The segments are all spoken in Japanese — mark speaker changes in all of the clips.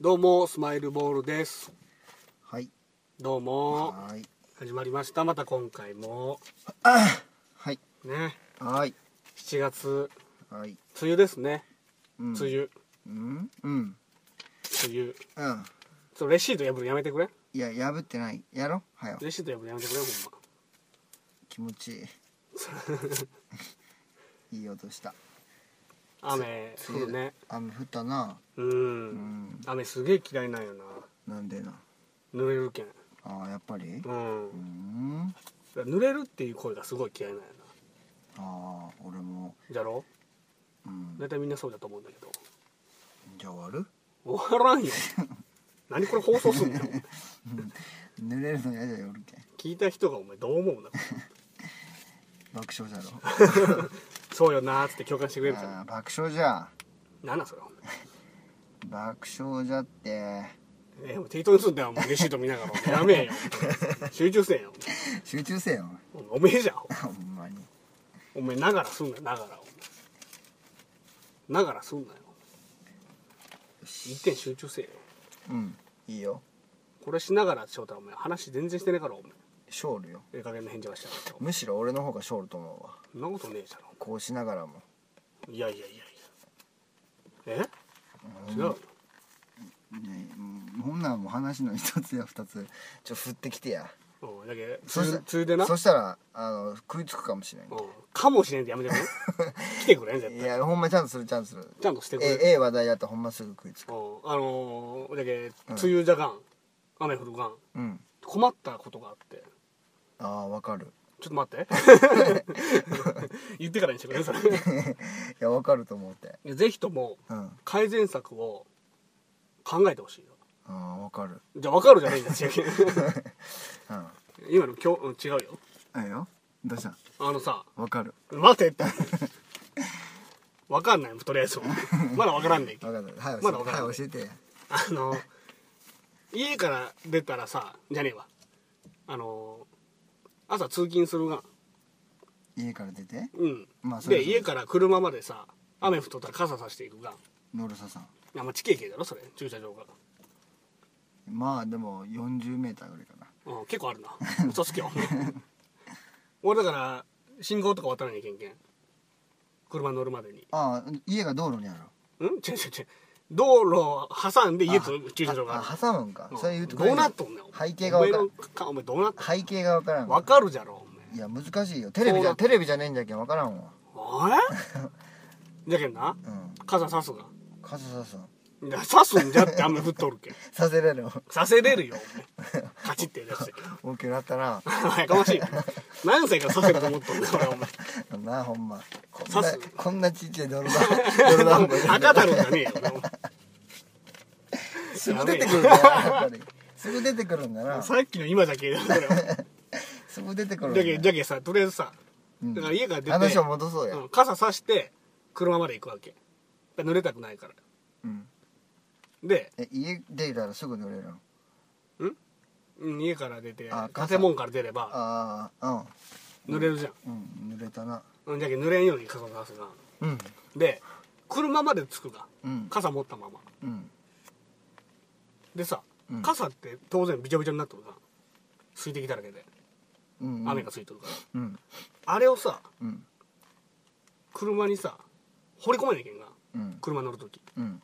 Speaker 1: どうもスマイルボールです
Speaker 2: はい
Speaker 1: どうも
Speaker 2: はーい
Speaker 1: 始まりましたまた今回も
Speaker 2: はい
Speaker 1: ね
Speaker 2: はーい
Speaker 1: 7月
Speaker 2: はい
Speaker 1: 梅雨ですね
Speaker 2: うん
Speaker 1: 梅雨
Speaker 2: うんうん
Speaker 1: 梅雨
Speaker 2: うん
Speaker 1: それレシート破るのやめてくれ
Speaker 2: いや破ってないやろはよ
Speaker 1: レシート破るのやめてくれほんま
Speaker 2: 気持ちいいいい音した
Speaker 1: 雨降るね
Speaker 2: 雨降ったな
Speaker 1: うん、
Speaker 2: ん
Speaker 1: 雨すげえ嫌いなんよな
Speaker 2: なんでな
Speaker 1: 濡れるけん
Speaker 2: あーやっぱり
Speaker 1: う
Speaker 2: うんん
Speaker 1: 濡れるっていう声がすごい嫌いなんやな
Speaker 2: あー俺も
Speaker 1: じゃろ
Speaker 2: うん
Speaker 1: 大体みんなそうだと思うんだけど
Speaker 2: じゃあ終わる
Speaker 1: 終わら んよ何これ放送すんの
Speaker 2: 濡れるの嫌じゃ夜け
Speaker 1: 聞
Speaker 2: ん
Speaker 1: いた人がお前どう思うんだ
Speaker 2: 爆笑じゃろ
Speaker 1: そうよなーっつって共感してくれるじゃ
Speaker 2: あー爆笑じゃ
Speaker 1: んなんなんそれお前
Speaker 2: 爆笑じゃって
Speaker 1: えー、適当にすんだよ、お前レシート見ながら。やめえよ。集中せえよ。
Speaker 2: 集中せよ
Speaker 1: おめえじゃん。
Speaker 2: ほんまに
Speaker 1: お前、ながらすんなよ、ながら。お前ながらすんなよ。一点集中せえよ。
Speaker 2: うんいいよ
Speaker 1: これしながら、翔太、お前、話全然してねえから、お前。
Speaker 2: ショールよ
Speaker 1: ええ加減な返事はしたから。
Speaker 2: むしろ俺の方がショールと思うわ
Speaker 1: そんなことねえじゃ
Speaker 2: こうしながらも
Speaker 1: ろ。いやいやいやいや。え違う。
Speaker 2: ねうんほんならもう話の一つや二つちょ振ってきてや
Speaker 1: うん、だけど、つ
Speaker 2: そした
Speaker 1: ゆつゆでな。う
Speaker 2: そしたらあの食いつくかもしれ
Speaker 1: ん。かもしれんってやめてくれ。来てくれん、
Speaker 2: ん
Speaker 1: 絶
Speaker 2: い
Speaker 1: 対。
Speaker 2: やほんまちゃんとするちゃんとする
Speaker 1: ちゃんとしてくれ。
Speaker 2: えええ話題やったらほんますぐ食いつ
Speaker 1: う
Speaker 2: く
Speaker 1: ん。あのー、だけど、梅雨じゃがん。雨降るがん。
Speaker 2: うん
Speaker 1: 困ったことがあって
Speaker 2: ああわかる
Speaker 1: ちょっと待って 言ってからにしてくれそれ
Speaker 2: いやわかると思って
Speaker 1: いやぜひとも
Speaker 2: うんあ
Speaker 1: 改善策を考えてほしいよ
Speaker 2: あわかる
Speaker 1: じゃあ分かるじゃねえんだよ
Speaker 2: うん
Speaker 1: 今の今日うん違うよ
Speaker 2: あよどうした
Speaker 1: あのさ
Speaker 2: わかる
Speaker 1: 待てって分かんないもんとりあえずまだ分からんねんけ
Speaker 2: わ
Speaker 1: ど
Speaker 2: かるはい
Speaker 1: まだわ
Speaker 2: 教えて、
Speaker 1: からん
Speaker 2: はい、教えて
Speaker 1: あの家から出たらさじゃねえわあの朝通勤するが
Speaker 2: 家から出て
Speaker 1: うん、
Speaker 2: まあそれ
Speaker 1: で
Speaker 2: そう
Speaker 1: 家から車までさ雨降っとったら傘さしていくが
Speaker 2: ノルサさん
Speaker 1: いやまあ地形系だろそれ駐車場が、
Speaker 2: まあでも 40m ぐらいかな
Speaker 1: うん、結 構あるな嘘つけよ 俺だから信号とか渡らなきゃいけんけん車乗るまでに
Speaker 2: ああ家が道路にある
Speaker 1: うん違う違う違う道路を挟んで家と駐車場がある
Speaker 2: あ挟むんか、
Speaker 1: うん
Speaker 2: それ言うと
Speaker 1: どうなっとんねんお前
Speaker 2: 背景が分
Speaker 1: お前
Speaker 2: かる
Speaker 1: のかお前どうなっとん
Speaker 2: 背景が分からんわ
Speaker 1: 分かるじゃろお前
Speaker 2: いや難しいよテレビ
Speaker 1: そう
Speaker 2: じ
Speaker 1: だ
Speaker 2: ゃテレビじゃねえんじゃけん分からんわ
Speaker 1: お いじゃけんな
Speaker 2: うん
Speaker 1: 傘さすが
Speaker 2: 傘さすん
Speaker 1: いやさすんじゃって雨降っとるけん
Speaker 2: させれる
Speaker 1: させれるよお前カチってやつで
Speaker 2: 大きくなったな
Speaker 1: やかましいよ何歳からさせると思っとんねん俺お前
Speaker 2: なあほんまこんな
Speaker 1: 刺す
Speaker 2: こんなちっちゃい 泥だ泥だんご
Speaker 1: 赤太郎じゃねえよ
Speaker 2: すぐ出てくるんだなやっぱりすぐ出てくるんだな
Speaker 1: さっきの今だけだからだ
Speaker 2: すぐ出てくるんだ
Speaker 1: けどじゃけさとりあえずさ
Speaker 2: うん
Speaker 1: だから家から出て
Speaker 2: 話を戻そうや
Speaker 1: うん傘さして車まで行くわけだから濡れたくないから
Speaker 2: うん
Speaker 1: で
Speaker 2: え家出たらすぐ濡れるの
Speaker 1: うん家から出て
Speaker 2: あ傘
Speaker 1: 建物から出れば
Speaker 2: ああ
Speaker 1: 濡れるじゃん
Speaker 2: うんうん濡れたな
Speaker 1: うんじゃけ濡れんように傘さすが
Speaker 2: うん
Speaker 1: で車まで着くが
Speaker 2: うん
Speaker 1: 傘持ったまま
Speaker 2: うん
Speaker 1: でさ
Speaker 2: うん
Speaker 1: 傘って当然びちょびちょになっとるが水滴だらけで
Speaker 2: うん
Speaker 1: 雨がついとるから
Speaker 2: うん
Speaker 1: あれをさ
Speaker 2: うん
Speaker 1: 車にさ掘り込まなきゃいけんが
Speaker 2: うん
Speaker 1: 車乗る時
Speaker 2: うん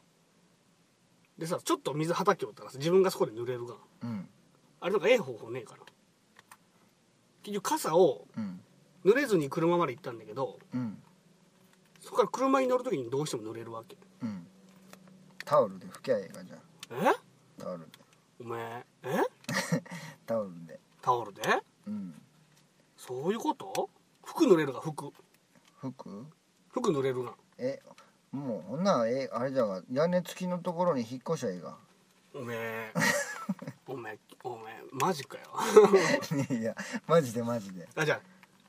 Speaker 1: でさちょっと水はたきおったらさ自分がそこで濡れるが
Speaker 2: うん
Speaker 1: あれなんかええ方法ねえから結局傘を
Speaker 2: うん
Speaker 1: 濡れずに車まで行ったんだけど
Speaker 2: うん
Speaker 1: そこから車に乗る時にどうしても濡れるわけ
Speaker 2: うんタオルで拭きゃええかじゃあ
Speaker 1: え
Speaker 2: タオルで
Speaker 1: お前え
Speaker 2: タオルで
Speaker 1: タオルで
Speaker 2: うん
Speaker 1: そういうこと服濡れるが服
Speaker 2: 服
Speaker 1: 服濡れるが
Speaker 2: えもうほんならえあれじゃが屋根付きのところに引っ越しゃええ が
Speaker 1: お 前お前お前マジかよ
Speaker 2: いやマジでマジで
Speaker 1: あじゃあ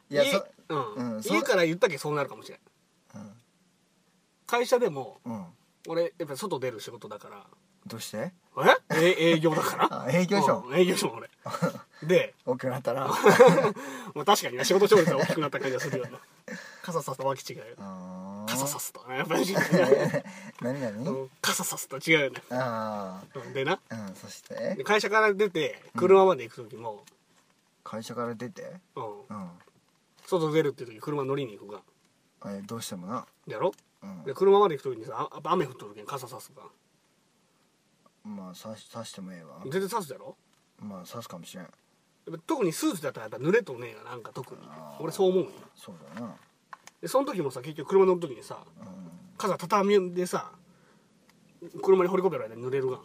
Speaker 2: いや
Speaker 1: 家
Speaker 2: そ
Speaker 1: うん
Speaker 2: うんそ
Speaker 1: 家から言ったけそうなるかもしれん
Speaker 2: うん、
Speaker 1: 会社でも
Speaker 2: うん、
Speaker 1: 俺やっぱり外出る仕事だから
Speaker 2: どうして
Speaker 1: ええ営業だから
Speaker 2: あ営業所
Speaker 1: うん営業所 俺で、
Speaker 2: 大きくなった ら
Speaker 1: まあ、確かにね仕事勝率は大きくなった感じがするよね傘さすとわき違うよ
Speaker 2: あ
Speaker 1: 傘さすとかねやっぱり
Speaker 2: 何何
Speaker 1: 傘さすと違うよね
Speaker 2: あ
Speaker 1: うんでな
Speaker 2: あうんそして
Speaker 1: で会社から出て車まで行く時も、
Speaker 2: 会社から出て
Speaker 1: うん
Speaker 2: うん
Speaker 1: 外出るっていう時車乗りに行くが
Speaker 2: えどうしてもな
Speaker 1: やろ
Speaker 2: うん
Speaker 1: で車まで行く時にさあ雨降っとる時に傘さすが
Speaker 2: まあ刺し刺してもええわ
Speaker 1: 全然さすだろ
Speaker 2: まあ刺すかもしれん
Speaker 1: やっぱ特にスーツだったらやっぱ濡れとんねえがなんか特に
Speaker 2: あー
Speaker 1: 俺そう思うんよ
Speaker 2: そうだな
Speaker 1: でその時もさ結局車乗る時にさ
Speaker 2: うん
Speaker 1: 傘畳でさ車に掘り込める間に濡れるが
Speaker 2: うん
Speaker 1: こ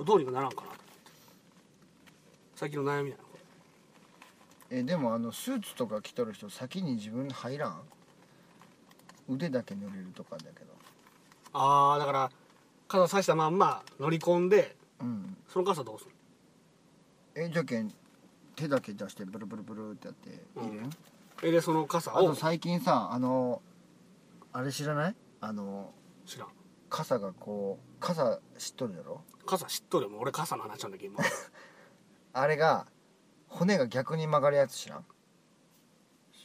Speaker 1: れどうにかならんかなと思って最近の悩みなのこれ
Speaker 2: えでもあのスーツとか着とる人先に自分入らん腕だけ濡れるとかだけど
Speaker 1: ああだから傘さしたまんま乗り込んで
Speaker 2: うん
Speaker 1: その傘どうする
Speaker 2: えじゃけん手だけ出してブルブルブルってやって入れん、
Speaker 1: うんえでその傘
Speaker 2: あと
Speaker 1: を
Speaker 2: 最近さあのあれ知らないあの
Speaker 1: 知らん
Speaker 2: 傘がこう傘知っとるやろ
Speaker 1: 傘知っとるよもう俺傘の話なんだけど今
Speaker 2: あれが骨が逆に曲がるやつ知らん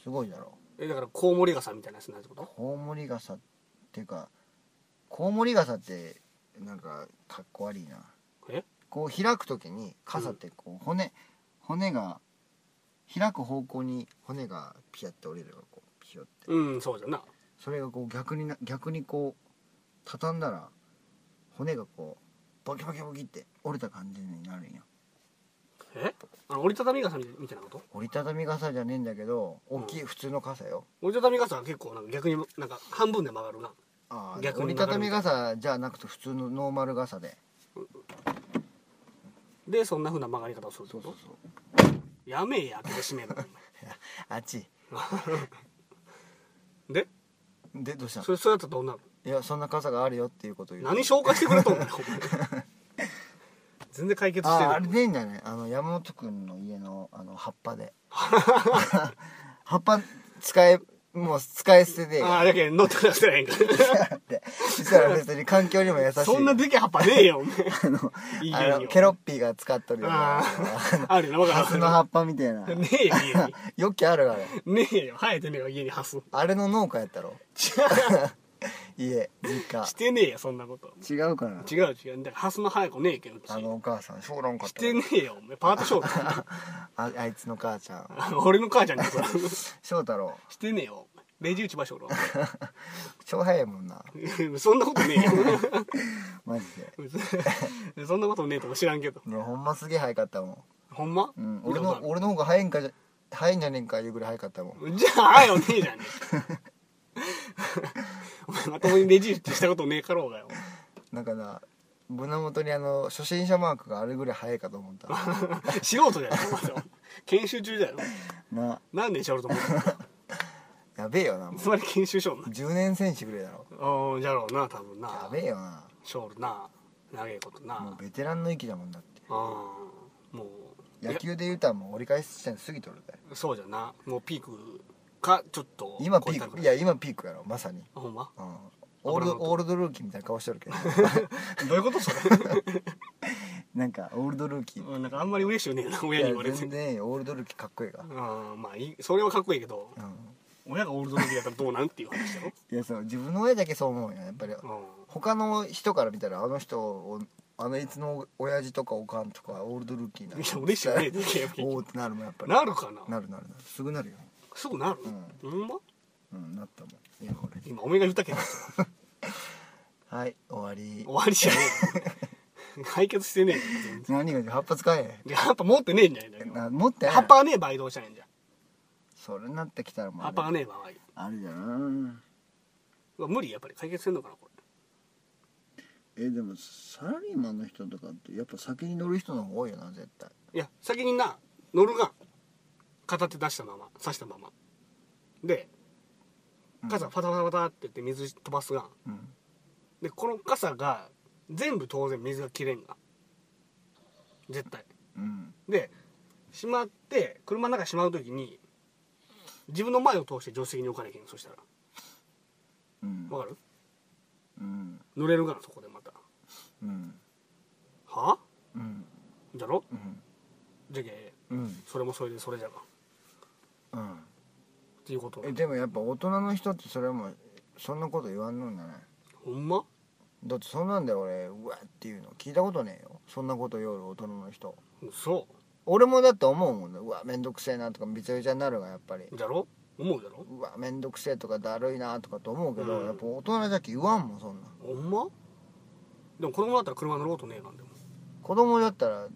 Speaker 2: すごいだろ
Speaker 1: えだからコウモリ傘みたいなやつになるってこと
Speaker 2: コウモリ傘っていうかコウモリ傘ってなんかかっこ悪いな
Speaker 1: え
Speaker 2: こう開く時に傘ってこう骨、骨が開く方向に骨がピヤって折れるのこうピヨって
Speaker 1: うんそうじゃんな
Speaker 2: それがこう逆にな逆にこう畳んだら骨がこうボキボキボキって折れた感じになるんや
Speaker 1: えあの折りたたみ傘みみたいなこと
Speaker 2: 折りたたみ傘じゃねえんだけど大きい普通の傘よ、
Speaker 1: 折りたたみ傘は結構なんか逆になんか半分で曲がるな
Speaker 2: ああ
Speaker 1: 逆に
Speaker 2: 折りたたみ傘じゃなくて普通のノーマル傘で
Speaker 1: でそんなふうな曲がり方をするって
Speaker 2: そ
Speaker 1: こ
Speaker 2: うそ
Speaker 1: と
Speaker 2: うそう
Speaker 1: やめえや開けて閉める
Speaker 2: あっち
Speaker 1: で
Speaker 2: でどうしたの
Speaker 1: それそうやったらどうなる
Speaker 2: いやそんな傘があるよっていうことを言う
Speaker 1: 何紹介してくれとんだよお前全然解決して
Speaker 2: ああ
Speaker 1: る
Speaker 2: れでいいんだよねあの山本君の家のあの葉っぱで 葉っぱ使えもう使い捨てで
Speaker 1: ああだけど乗ってくださいんか
Speaker 2: ってそしたら別に環境にも優しい
Speaker 1: そんなでけえ葉っぱねえよお前
Speaker 2: あの
Speaker 1: いいよ
Speaker 2: あ
Speaker 1: いい
Speaker 2: の
Speaker 1: よ
Speaker 2: ケロッピーが使っとるような
Speaker 1: あーあるよなわかる
Speaker 2: ハスの葉っぱみたい な
Speaker 1: ねえよ家に
Speaker 2: よっきあるあれ
Speaker 1: ねえよ生えてねえよ家にハス
Speaker 2: あれの農家やったろ
Speaker 1: し
Speaker 2: 家実
Speaker 1: てねえよそんなこと
Speaker 2: 家違うかな
Speaker 1: 違う違うだからハスの生え子ねえけどうち
Speaker 2: あのお母さんそうらんかっ
Speaker 1: したてねえよお前パートショー
Speaker 2: ああいつの母ちゃん
Speaker 1: ト俺の母ちゃんにそれし
Speaker 2: 翔太郎
Speaker 1: てねえよお前レジ打ち場所俺
Speaker 2: 超早いもんな
Speaker 1: そんなことねえよ
Speaker 2: マジで
Speaker 1: そんなことねえとも知らんけど
Speaker 2: ねほんますげえ早かったもん
Speaker 1: ほんま、
Speaker 2: うん、
Speaker 1: 見
Speaker 2: 俺
Speaker 1: たことあ
Speaker 2: の
Speaker 1: る
Speaker 2: 俺の方が早いんかじゃ早いんじゃねえんかいうぐらい早かったもん
Speaker 1: じゃああよねえ じゃねえお前まともにレジ打ちしたことねえかろうがよ
Speaker 2: だから胸元にあの初心者マークがあるぐらい早いかと思った
Speaker 1: 素人じゃないお前研修中じゃろ
Speaker 2: な
Speaker 1: 何年しゃると 思う
Speaker 2: やべえよなも
Speaker 1: つまり研修しょん
Speaker 2: う10年選手ぐらいだろ
Speaker 1: なおーじゃろうな多分
Speaker 2: や
Speaker 1: な
Speaker 2: べえよな
Speaker 1: ショールな長えことな
Speaker 2: もうベテランの域だもんだって
Speaker 1: あーもう
Speaker 2: 野球で言うたらもう折り返し地点過ぎとるで
Speaker 1: いやそうじゃなもうピークかちょっと
Speaker 2: 今ピ
Speaker 1: 超えた
Speaker 2: ー
Speaker 1: ぐ
Speaker 2: ク
Speaker 1: ら
Speaker 2: いや今ピークやろまさに、
Speaker 1: あほんま
Speaker 2: うん、オールドオールドルーキーみたいな顔して るけど
Speaker 1: どういうことそれ
Speaker 2: なんかオールドルーキ ー
Speaker 1: うんなんかあんまり嬉しいねえな親に言われ
Speaker 2: いや
Speaker 1: て
Speaker 2: 全然ええよオールドルーキーかっこいいか
Speaker 1: うんまあいいそれはかっこいいけど
Speaker 2: ら、うん、
Speaker 1: 親がオールドの時だったらどうなんっていう話だろ
Speaker 2: いやそう自分の親だけそう 思うよやっぱり
Speaker 1: う
Speaker 2: 他の人から見たらあの人をあのいつの親父とかおかんとかオールドルーキーなん
Speaker 1: い
Speaker 2: だ
Speaker 1: や嬉しいよね
Speaker 2: おおってなるもんやっぱり
Speaker 1: なるかな
Speaker 2: なるなるなるすぐなるよ
Speaker 1: すぐなる、ほんま
Speaker 2: うんなったもん今俺
Speaker 1: 今おめえが言ったけど
Speaker 2: はい終わり
Speaker 1: 終わりじゃねえよ 解決してねえよ全然
Speaker 2: 何が葉っぱ使え
Speaker 1: で葉っぱ持ってねえんじゃねえんだよ
Speaker 2: な持って
Speaker 1: 葉っぱがねえ場合どうしたらいいんじゃ
Speaker 2: それになってきたらもう
Speaker 1: 葉っぱが
Speaker 2: ね
Speaker 1: ねえ場合
Speaker 2: あるじゃん
Speaker 1: うわ無理やっぱり解決せんのかなこ
Speaker 2: えでもサラリーマンの人とかってやっぱ先に乗る人の方が多いよな絶対
Speaker 1: れいや先にな乗るが片手出したまま刺したままで傘パタパタパタって言って水飛ばすが
Speaker 2: うん
Speaker 1: でこの傘が全部当然水が切れんが絶対
Speaker 2: うん
Speaker 1: でしまって車の中にしまう時に自分の前を通して助手席に置かなきゃいけんそしたら
Speaker 2: うん
Speaker 1: わかる
Speaker 2: うん
Speaker 1: 濡れるからそこでまた
Speaker 2: うん
Speaker 1: はあ
Speaker 2: うん
Speaker 1: じゃろ
Speaker 2: うん
Speaker 1: じゃけ
Speaker 2: うん
Speaker 1: それもそれでそれじゃがっ
Speaker 2: うん
Speaker 1: ていうこと
Speaker 2: えでもやっぱ大人の人ってそれはもうそんなこと言わんのんだね
Speaker 1: ほんま
Speaker 2: だってそんなんで俺うわっていうの聞いたことねえよそんなこと言う大人の人
Speaker 1: そ
Speaker 2: 俺もだって思うもんねうわめんどくせえなとかびちゃびちゃになるがやっぱり
Speaker 1: うじゃろ思うじゃろ
Speaker 2: うわめんどくせえとかだるいなとかと思うけど、
Speaker 1: うん
Speaker 2: やっぱ大人じゃき言わんもんそんなん
Speaker 1: ほんまでも子供だったら車乗ろうとねえなんでも
Speaker 2: 子供だったら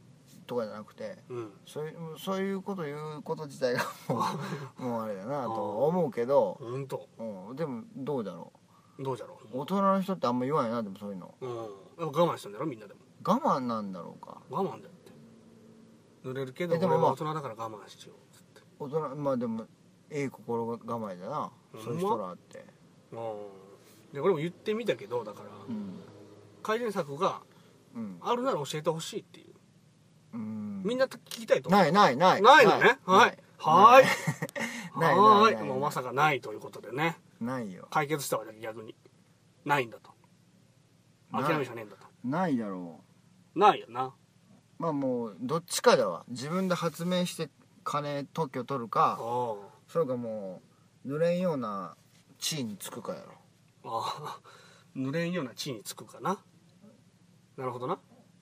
Speaker 2: とかじゃなくて
Speaker 1: うん
Speaker 2: そういうそういうこと言うこと自体が もうもうあれだなと思うけど、
Speaker 1: ほんと
Speaker 2: うん、でもどうだろ
Speaker 1: どうじゃろ
Speaker 2: う大人の人ってあんま言わないなでもそういうの
Speaker 1: うんやっぱ我慢してんだろみんなでも
Speaker 2: 我慢なんだろうか
Speaker 1: 我慢だって濡れるけど
Speaker 2: えで
Speaker 1: 俺
Speaker 2: も
Speaker 1: は
Speaker 2: まあ
Speaker 1: 大人だから我慢しようっつって
Speaker 2: 大人まあでもええ心構えだな
Speaker 1: ほんま
Speaker 2: そういう人らって、
Speaker 1: うんで俺も言ってみたけどだから
Speaker 2: うん
Speaker 1: 改善策が
Speaker 2: うん
Speaker 1: あるなら教えてほしいっていう
Speaker 2: うん、
Speaker 1: みんな聞きたいと思う
Speaker 2: ないないない
Speaker 1: ないのねはいはーい
Speaker 2: ない
Speaker 1: は
Speaker 2: な
Speaker 1: ー
Speaker 2: いない
Speaker 1: いもうまさかないということでね
Speaker 2: ないよ
Speaker 1: 解決したわけじゃ逆にないんだと
Speaker 2: ない
Speaker 1: 諦めじゃねえんだと
Speaker 2: ないだろ
Speaker 1: ないよな
Speaker 2: うまあもうどっちかだわ自分で発明して金特許取るか
Speaker 1: あ
Speaker 2: それかもう濡れんような地位につくかやろ
Speaker 1: あー濡れんような地につくかななるほどな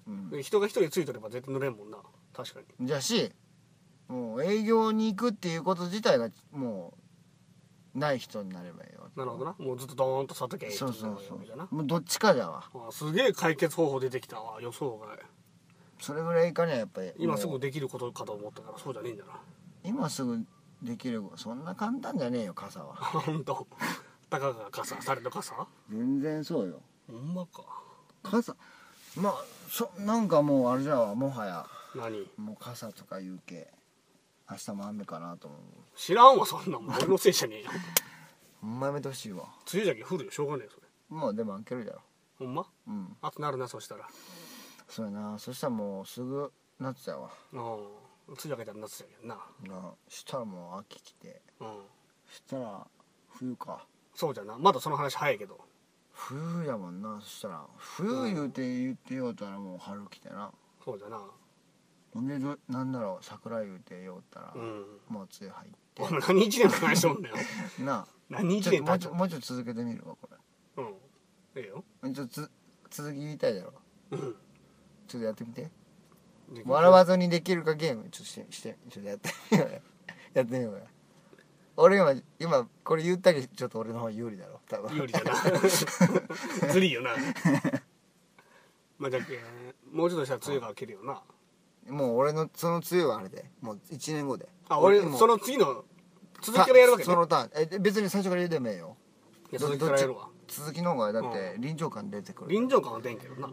Speaker 2: うん
Speaker 1: で人が一人ついとれば絶対濡れんもんな確かに
Speaker 2: じゃしもう営業に行くっていうこと自体がもうない人になればいいよ
Speaker 1: なるほどなもうずっとドーンとさとけ
Speaker 2: そうそう
Speaker 1: って
Speaker 2: そ
Speaker 1: なるわけだな
Speaker 2: うもうどっちかだわ
Speaker 1: あーすげえ解決方法出てきたわ予想外
Speaker 2: それぐらいかにはやっぱり
Speaker 1: 今すぐ
Speaker 2: もう
Speaker 1: できることかと思ったからそうじゃねえんだな
Speaker 2: 今すぐできるそんな簡単じゃねえよ傘は
Speaker 1: 本当。たかが傘されど傘
Speaker 2: 全然そうよ
Speaker 1: ほんまか
Speaker 2: 傘まあそなんかもうあれじゃわもはや
Speaker 1: 何
Speaker 2: もう傘とか言うけ明日も雨かなと思う
Speaker 1: 知らんわそんなんもん俺のせいじゃねえよ
Speaker 2: ほんまやめてほしいわ
Speaker 1: 梅雨じゃけ降るよしょうがねえよそれ
Speaker 2: もうでも開けるだろ
Speaker 1: ほんま
Speaker 2: うん
Speaker 1: 暑なるなそしたら
Speaker 2: そうやなそしたらもうすぐ夏やわ
Speaker 1: うん梅雨明けたら夏やけどな
Speaker 2: なしたらもう秋来て
Speaker 1: うん
Speaker 2: そしたら冬か
Speaker 1: そうじゃなまだその話早いけど
Speaker 2: 冬やもんなそしたら冬言うて言ってようたらもう春来てな
Speaker 1: そうじゃな
Speaker 2: ほんでどなんだろう桜言うてようたら、
Speaker 1: うん
Speaker 2: もう梅雨入
Speaker 1: お前何一年の話しとんだよ
Speaker 2: ってな
Speaker 1: 何
Speaker 2: ち
Speaker 1: 一
Speaker 2: ょっと
Speaker 1: 年経っ
Speaker 2: もうち
Speaker 1: ち
Speaker 2: ょ
Speaker 1: ゃ
Speaker 2: もうちょっと続けてみるわこ
Speaker 1: ううんええよ
Speaker 2: れちょっとつ続き言いたいだろ
Speaker 1: うん
Speaker 2: ちょっとやってみて
Speaker 1: で
Speaker 2: 笑わずにできるかゲームちょっとしてしてちょっとやって みようよやってみようよ俺今今これ言ったけどちょっと俺の方が有利だろ多分
Speaker 1: 有利だな ずりいよなまあじゃけもうちょっとしたら梅雨が明けるよな
Speaker 2: もう俺のその梅雨はあれでもう1年後で
Speaker 1: あ俺
Speaker 2: もう
Speaker 1: その次の続きからやるわけ
Speaker 2: そ
Speaker 1: ね
Speaker 2: のターンえで別に最初から言うてもええよ
Speaker 1: いや続きからやるわ
Speaker 2: 続きの方がだって臨場感出てくる、
Speaker 1: 臨場感は出んけどな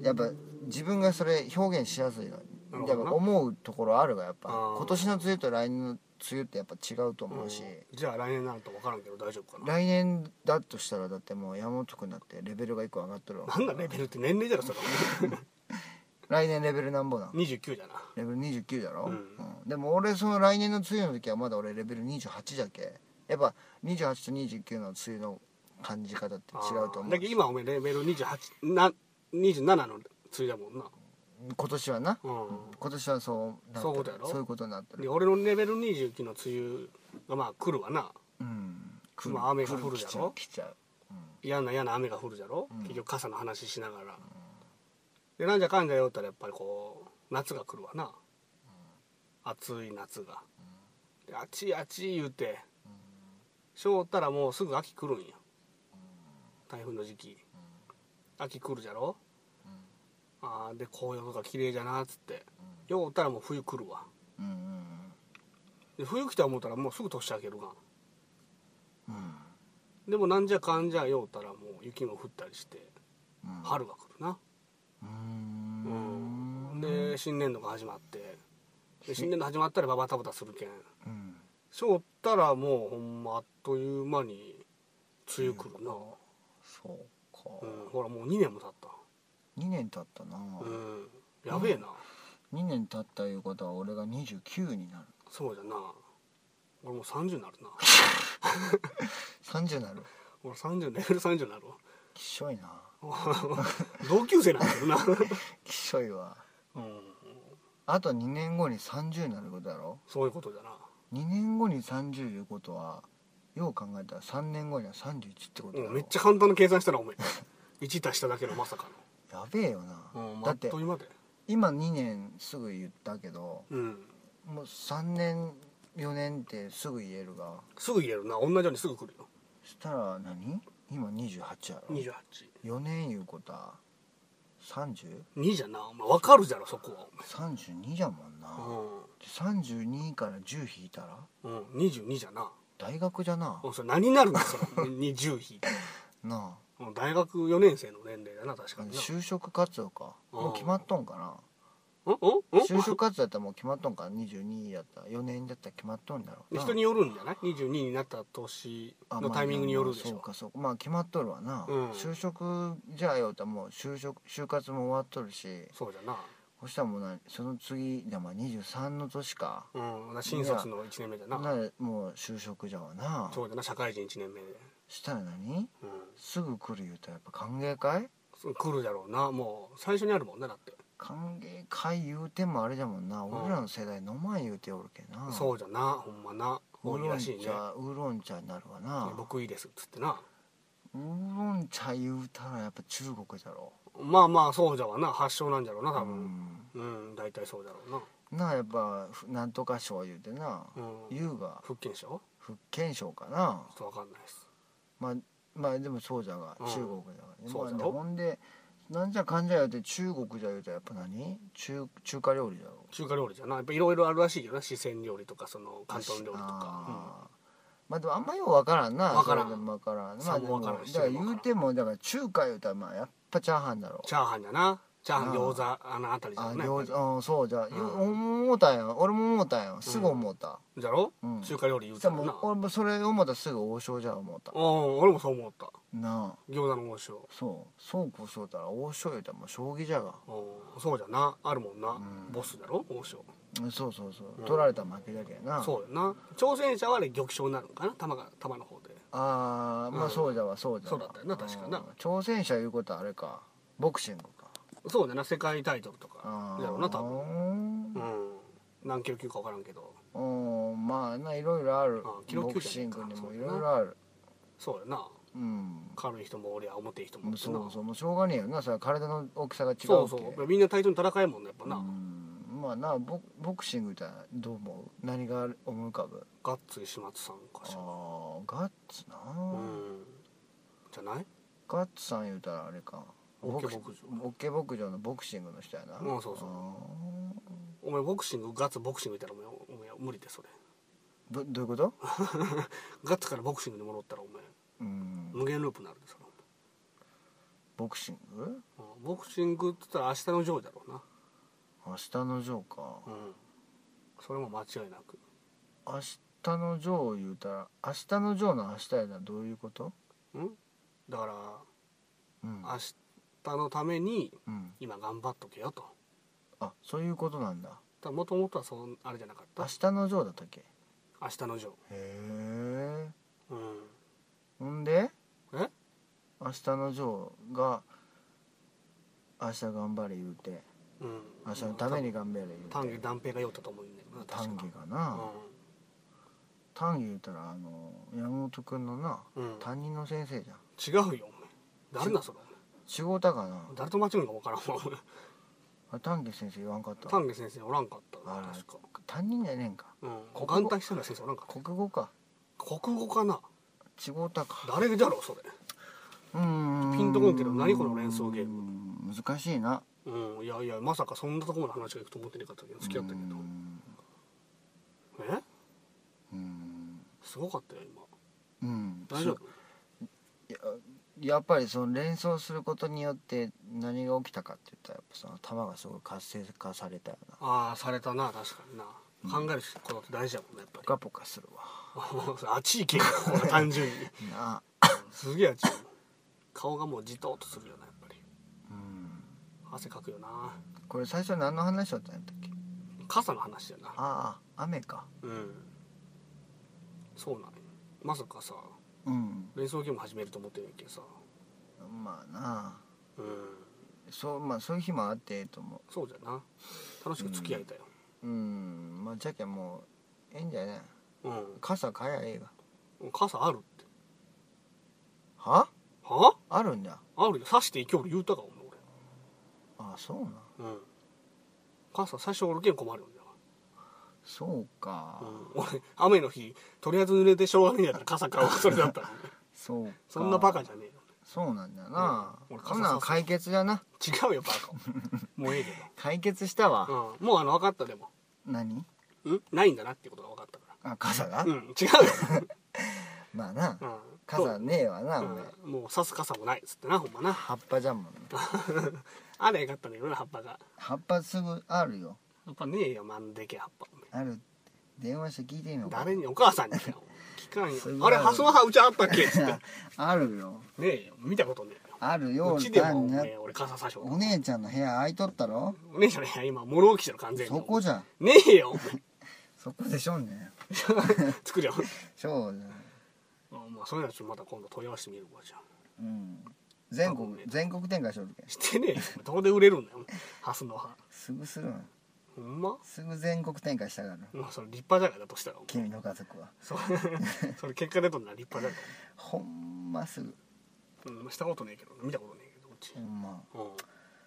Speaker 2: やっぱ自分がそれ表現しやすいが
Speaker 1: なるほ
Speaker 2: や
Speaker 1: ど
Speaker 2: っ
Speaker 1: な
Speaker 2: ぱ思うところあるがやっぱ
Speaker 1: あー
Speaker 2: 今年の梅雨と来年の梅雨ってやっぱ違うと思うし、
Speaker 1: うんじゃあ来年になると分からんけど大丈夫かな
Speaker 2: 来年だとしたらだってもう山本君だってレベルが1個上がっとるわ
Speaker 1: なんだレベルって年齢じゃろそれ
Speaker 2: 来年レベルなんぼなん
Speaker 1: 29じゃな
Speaker 2: レベル29だろ、
Speaker 1: うん
Speaker 2: うんでも俺その来年の梅雨の時はまだ俺レベル28じゃけやっぱ28と29の梅雨の感じ方って違うと
Speaker 1: あー
Speaker 2: 思う
Speaker 1: だけど今お前レベル28な27の次だもんな
Speaker 2: 今年はな、
Speaker 1: う
Speaker 2: 今年はそうなってる
Speaker 1: そういうことやろ
Speaker 2: そういうことになっ
Speaker 1: ん
Speaker 2: て
Speaker 1: で
Speaker 2: る
Speaker 1: 俺のレベル29の梅雨がまあ来るわな
Speaker 2: うん来
Speaker 1: まあ雨が降る
Speaker 2: 来
Speaker 1: や
Speaker 2: ちゃう
Speaker 1: ろ
Speaker 2: 来ちゃう
Speaker 1: 嫌な嫌な雨が降るじゃろ、結局傘の話しながら、でなんじゃかんじゃよったらやっぱりこう夏が来るわな、暑い夏が、であっちいあっちい言うて、しょうたらもうすぐ秋来るんや、台風の時期、秋来るじゃろ、あーで紅葉とか綺麗じゃなっつって、ようったらもう冬来るわ
Speaker 2: うんうん
Speaker 1: で冬来た思ったらもうすぐ年明けるが
Speaker 2: うんうん
Speaker 1: でもなんじゃかんじゃようたらもう雪も降ったりして
Speaker 2: うん
Speaker 1: 春が来るな、
Speaker 2: うーん
Speaker 1: うんで新年度が始まってで新年度始まったらババタバタするけん
Speaker 2: うん
Speaker 1: しょったらもうほんまあっという間に梅雨来るな、
Speaker 2: そう
Speaker 1: う
Speaker 2: か、
Speaker 1: ん、ほらもう2年も経った
Speaker 2: 二2年経ったな、
Speaker 1: うんやべえな、
Speaker 2: 二2年経ったいうことは俺が29になる
Speaker 1: そうじゃな俺もう30になるな
Speaker 2: 30になる
Speaker 1: 俺30レベル30になるわ
Speaker 2: きしょいな
Speaker 1: 同級生なんだよ な、
Speaker 2: きしょいわ
Speaker 1: うん、
Speaker 2: あと2年後に30になることだろ
Speaker 1: そういうことじゃな
Speaker 2: 2年後に30いうことはよう考えたら3年後には31ってこと
Speaker 1: う
Speaker 2: だろ
Speaker 1: ん、めっちゃ簡単な計算したなお前1足しただけのまさか
Speaker 2: やべえよ
Speaker 1: の、うん、
Speaker 2: な
Speaker 1: ま
Speaker 2: だ
Speaker 1: あ
Speaker 2: っ
Speaker 1: ってという間で
Speaker 2: 今2年すぐ言ったけど
Speaker 1: うん
Speaker 2: もう3年4年ってすぐ言えるが
Speaker 1: すぐ入れるな同じようにすぐ来るよ
Speaker 2: したら何今28やろ
Speaker 1: 282
Speaker 2: 4年いうことは 30?
Speaker 1: じゃなお前分かるじゃろそこは
Speaker 2: 32じゃもんな、
Speaker 1: お
Speaker 2: で32から10引いたら
Speaker 1: 前うん、うん、22じゃな
Speaker 2: 大学じゃな
Speaker 1: おそれ何になるんだそれ20引いて
Speaker 2: な
Speaker 1: うん大学4年生の年齢だな確
Speaker 2: あ
Speaker 1: かにな
Speaker 2: 就職活動か
Speaker 1: うん
Speaker 2: もう決まっとんかな
Speaker 1: うんうん
Speaker 2: 就職活動やったらもう決まっとんか22やったら4年だったら決まっとんだろう
Speaker 1: うん人によるんじゃない22になった年
Speaker 2: あ
Speaker 1: の
Speaker 2: まあ
Speaker 1: タイミングによるでし
Speaker 2: そう
Speaker 1: ょ
Speaker 2: かそうかまあ決まっとるわな、
Speaker 1: うん
Speaker 2: 就職じゃあよったらもう就職就活も終わっとるし
Speaker 1: そうじゃな
Speaker 2: そしたらもうなその次でも23の年か
Speaker 1: うん新卒の1年目じゃな
Speaker 2: なもう就職じゃわな
Speaker 1: そうだな社会人1年目で、
Speaker 2: したら何
Speaker 1: うん
Speaker 2: すぐ来る言うたらやっぱ歓迎会
Speaker 1: そう、来るだろうなもう最初にあるもんなだって、
Speaker 2: 歓迎会言うてもあれじゃもんな、
Speaker 1: ん
Speaker 2: 俺らの世代飲まん言うておるけな
Speaker 1: そうじゃなほんまな
Speaker 2: ウ
Speaker 1: 多
Speaker 2: ー
Speaker 1: い
Speaker 2: ロ
Speaker 1: ら
Speaker 2: ン
Speaker 1: しいね
Speaker 2: 茶ウーロン茶になるわな
Speaker 1: 僕いいですっつってな
Speaker 2: ウーロン茶言うたらやっぱ中国じゃろ
Speaker 1: まあまあそうじゃわな発祥なんじゃろうな多
Speaker 2: う
Speaker 1: 分
Speaker 2: ん
Speaker 1: うん、大体そうだろう
Speaker 2: なあやっぱふなんとか賞言うてな、
Speaker 1: な、うん、
Speaker 2: 言うが
Speaker 1: 福建省
Speaker 2: 福建省かな
Speaker 1: ちょっとわかんないです
Speaker 2: まあまあでもそうじゃが、
Speaker 1: うん
Speaker 2: 中国だからね
Speaker 1: そうじゃ
Speaker 2: まあ
Speaker 1: ろ
Speaker 2: ほんでなんじゃかんじゃ言うて中国じゃ言うたらやっぱ何中中華料理だろ
Speaker 1: 中華料理じゃなやっぱいろいろあるらしいけどな四川料理とかその広東料理とか、
Speaker 2: あーまあでもあんまよう分からんな
Speaker 1: わからん
Speaker 2: それでもわからんま
Speaker 1: さ
Speaker 2: あ
Speaker 1: ん
Speaker 2: で
Speaker 1: も
Speaker 2: も
Speaker 1: わからん
Speaker 2: だから言うてもだから中華言うたらまあやっぱチャーハンだろ
Speaker 1: うんチャーハンじゃなチャーハン
Speaker 2: うん
Speaker 1: 餃子あのあたりじゃ
Speaker 2: あ
Speaker 1: な
Speaker 2: 餃子うんそうじゃあ
Speaker 1: ん
Speaker 2: よ思ったんやん俺も思ったんやんすぐ思った、
Speaker 1: じゃろ、
Speaker 2: うん
Speaker 1: 中華料理言う
Speaker 2: じ
Speaker 1: た
Speaker 2: ゃ
Speaker 1: ら
Speaker 2: も
Speaker 1: な
Speaker 2: う俺もそれ思ったらすぐ王将じゃ思った
Speaker 1: うん俺もそう思った
Speaker 2: なあ
Speaker 1: 餃子の王将
Speaker 2: そうそうこうそうたら王将言うたらもう将棋じゃが
Speaker 1: うんそうじゃなあるもんな、
Speaker 2: ん
Speaker 1: ボスだろ王将
Speaker 2: うんそうそうそう、
Speaker 1: うん
Speaker 2: 取られたら負けだけやな
Speaker 1: そうやな挑戦者はあれ玉将になるのかな玉が玉の方で
Speaker 2: ああま
Speaker 1: う
Speaker 2: あ
Speaker 1: ん
Speaker 2: そうじゃわそうじゃ
Speaker 1: そ
Speaker 2: わ
Speaker 1: うだったよな確かな
Speaker 2: うん挑戦者いうことはあれかボクシングか
Speaker 1: そうだな世界タイトルとか
Speaker 2: あー
Speaker 1: だろうな多分
Speaker 2: うん
Speaker 1: うん何キロ級か分からんけど
Speaker 2: うんまあないろいろある
Speaker 1: あ記
Speaker 2: ボ
Speaker 1: 録
Speaker 2: ク
Speaker 1: 級
Speaker 2: シ
Speaker 1: じゃ
Speaker 2: ン
Speaker 1: ねえか
Speaker 2: グにもいろいろある
Speaker 1: そうやな
Speaker 2: うん
Speaker 1: 軽い人もおりゃ重てい人もお
Speaker 2: もう
Speaker 1: ってな
Speaker 2: そうそうもうしょうがねえよなそれは体の大きさが違うけ
Speaker 1: そうそうみんな対等に戦えんもんねやっぱな、
Speaker 2: うんまあなボボクシングってどう思う何が思い浮かぶ
Speaker 1: ガッツ石松さん
Speaker 2: あ
Speaker 1: かしら
Speaker 2: ーガッツな、
Speaker 1: うんじゃない
Speaker 2: ガッツさん言うたらあれか
Speaker 1: オッケ
Speaker 2: ボ
Speaker 1: ー
Speaker 2: クシ
Speaker 1: 牧場
Speaker 2: オッケー牧場のボクシングの人やな
Speaker 1: うんそうそう
Speaker 2: あ
Speaker 1: お前ボクシングガッツボクシングいたらお前お前無理でそれ
Speaker 2: ーどどういうこと
Speaker 1: ガッツからボクシングに戻ったらお前
Speaker 2: うん
Speaker 1: 無限ループになるでそれ、
Speaker 2: ボクシング
Speaker 1: うん、ボクシングって言ったら明日のジョーだろうな
Speaker 2: 明日のジョーか、
Speaker 1: うんそれも間違いなく
Speaker 2: 明日のジョーを言うたら明日のジョーの明日やなどういうこと
Speaker 1: うんだから
Speaker 2: うん
Speaker 1: 明日のために
Speaker 2: うん、
Speaker 1: 今頑張っとけよと
Speaker 2: あそういうことなんだ
Speaker 1: もともとはそんあれじゃなかっ
Speaker 2: 明
Speaker 1: た
Speaker 2: 日のジョーだったっけへ
Speaker 1: 明日のジョー
Speaker 2: え
Speaker 1: うん
Speaker 2: ほんで
Speaker 1: え
Speaker 2: 明日のジョーが明日頑張れ言うて
Speaker 1: うん
Speaker 2: 明日のために頑張れ言うて
Speaker 1: 丹下断平が酔ったと思うんだよな確
Speaker 2: 丹
Speaker 1: か
Speaker 2: 下がな、丹下言うたらあの山本君のな
Speaker 1: うん、うん、
Speaker 2: 担任の先生じゃん
Speaker 1: 違うよお前誰だそれ
Speaker 2: 仕事かな
Speaker 1: 誰と間違うんか分からんわ俺
Speaker 2: あ丹下先生言わんかった
Speaker 1: 丹下先生おらんかった
Speaker 2: あ
Speaker 1: な
Speaker 2: ら
Speaker 1: 確か
Speaker 2: 担任じゃねえんか
Speaker 1: うん
Speaker 2: 国語
Speaker 1: 眼帯してない先生おらんかっ
Speaker 2: 国語か
Speaker 1: た国語かな
Speaker 2: 仕事か
Speaker 1: 誰じゃろそれ
Speaker 2: うーん
Speaker 1: ピンとこんけど何この連想ゲーム
Speaker 2: ム難しいな
Speaker 1: うんいやいやまさかそんなとこまで話がいくと思ってなかったけど付き合ったけど
Speaker 2: うーん
Speaker 1: え
Speaker 2: うーん
Speaker 1: すごかったよ今
Speaker 2: うん
Speaker 1: 大丈夫
Speaker 2: ややっぱりその連想することによって何が起きたかって言ったらやっぱその玉がすごい活性化されたよな
Speaker 1: ああされたな確かにな、考えることって大事やもんなやっぱ
Speaker 2: ポカポカするわ
Speaker 1: り熱いけどこれ単純に
Speaker 2: なあ
Speaker 1: すげえ熱いもん顔がもうじとっとするよなやっぱり
Speaker 2: うん
Speaker 1: 汗かくよな
Speaker 2: これ最初何の話だったんやったっけ
Speaker 1: 傘の話やな
Speaker 2: ああ雨か
Speaker 1: うんそうなんよまさかさ
Speaker 2: うん
Speaker 1: 連想ゲーム始めると思ってないけどさ
Speaker 2: まあなあ
Speaker 1: うん
Speaker 2: そうまあそういう日もあってええと思
Speaker 1: そうじゃな楽しく付き合いたよ
Speaker 2: ううんまあじゃけんもうええんじゃね
Speaker 1: うん、
Speaker 2: 傘買えばええが
Speaker 1: 傘あるって
Speaker 2: は
Speaker 1: は
Speaker 2: あるんだ
Speaker 1: あるよ刺していきょる言うたかお前
Speaker 2: あそうなん
Speaker 1: 俺うん傘最初俺けん困るんだよ、
Speaker 2: そうか、
Speaker 1: うん、俺雨の日とりあえず濡れてしょうがねえやから傘買おうそれだったら
Speaker 2: そうか
Speaker 1: そんなバカじゃねえよ
Speaker 2: そうなんだよな、
Speaker 1: うん俺
Speaker 2: こんなん解決だな
Speaker 1: 違うよバカもうええけ
Speaker 2: 解決したわ、
Speaker 1: ど、うん、もうあの分かったでも
Speaker 2: 何
Speaker 1: んないんだなっていうことが分かったか
Speaker 2: あ傘が、
Speaker 1: らうん違うよ、
Speaker 2: まあな
Speaker 1: うん、
Speaker 2: 傘ねえわな、
Speaker 1: う
Speaker 2: 俺
Speaker 1: ん、もう刺す傘もないっつってなほんまな
Speaker 2: 葉っぱじゃんもんね
Speaker 1: あれよかったんだけどな葉っぱが
Speaker 2: 葉っぱすぐあるよ
Speaker 1: やっぱねえよまんでけえ葉っぱ
Speaker 2: あるって電話して聞いてみようか
Speaker 1: 誰にお母さんによ聞かん
Speaker 2: す
Speaker 1: よ
Speaker 2: ごい
Speaker 1: あれハスの葉うちあったっけっ つってね
Speaker 2: あるよ
Speaker 1: えよ見たことね
Speaker 2: ある
Speaker 1: えよ
Speaker 2: よ
Speaker 1: うちで
Speaker 2: だ
Speaker 1: も
Speaker 2: ん
Speaker 1: お
Speaker 2: だ
Speaker 1: 前俺傘差しょ
Speaker 2: お姉ちゃんの部屋開いとったろ
Speaker 1: お姉ちゃんの部屋今物置きしてる完全に
Speaker 2: そこじゃん
Speaker 1: ねえよお
Speaker 2: そこでしょうね
Speaker 1: 前作りゃ
Speaker 2: そうだよ
Speaker 1: まあそういうのはちょっとまた今度問い合わせてみるわじゃあ
Speaker 2: うん全
Speaker 1: 多
Speaker 2: 国
Speaker 1: 分ね
Speaker 2: 全国展開しとるけん
Speaker 1: してねえよどこで売れるんだよハスの葉
Speaker 2: すぐするん
Speaker 1: ほんます
Speaker 2: ぐ全国展開したがる
Speaker 1: まあそれ立派じゃないだとしたらお前
Speaker 2: 君の家族は
Speaker 1: そうそれ結果出とんなら立派じ
Speaker 2: ほんますぐ
Speaker 1: ゃない、うん、したことねえけど見たことねえけどうち
Speaker 2: ほんま
Speaker 1: うん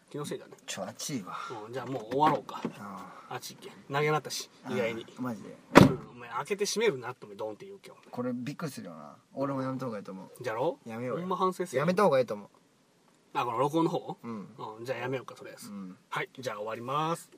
Speaker 1: 気のせいだね、
Speaker 2: ちょ暑いわ
Speaker 1: うん、じゃあもう終わろうか
Speaker 2: あ
Speaker 1: あっち行け投げなったし
Speaker 2: あ
Speaker 1: 意外に
Speaker 2: ああマジで
Speaker 1: うんお前開けて閉めるなってお前ドンって言うけど
Speaker 2: これびっくりするよな俺もやめた方がいいと思
Speaker 1: じゃろ
Speaker 2: うやめようよ
Speaker 1: ほんま反省す
Speaker 2: う
Speaker 1: る
Speaker 2: やめた方がいいと思
Speaker 1: あこの録音の方
Speaker 2: ううん
Speaker 1: うんじゃあやめようかとりあえず
Speaker 2: うん
Speaker 1: はいじゃあ終わります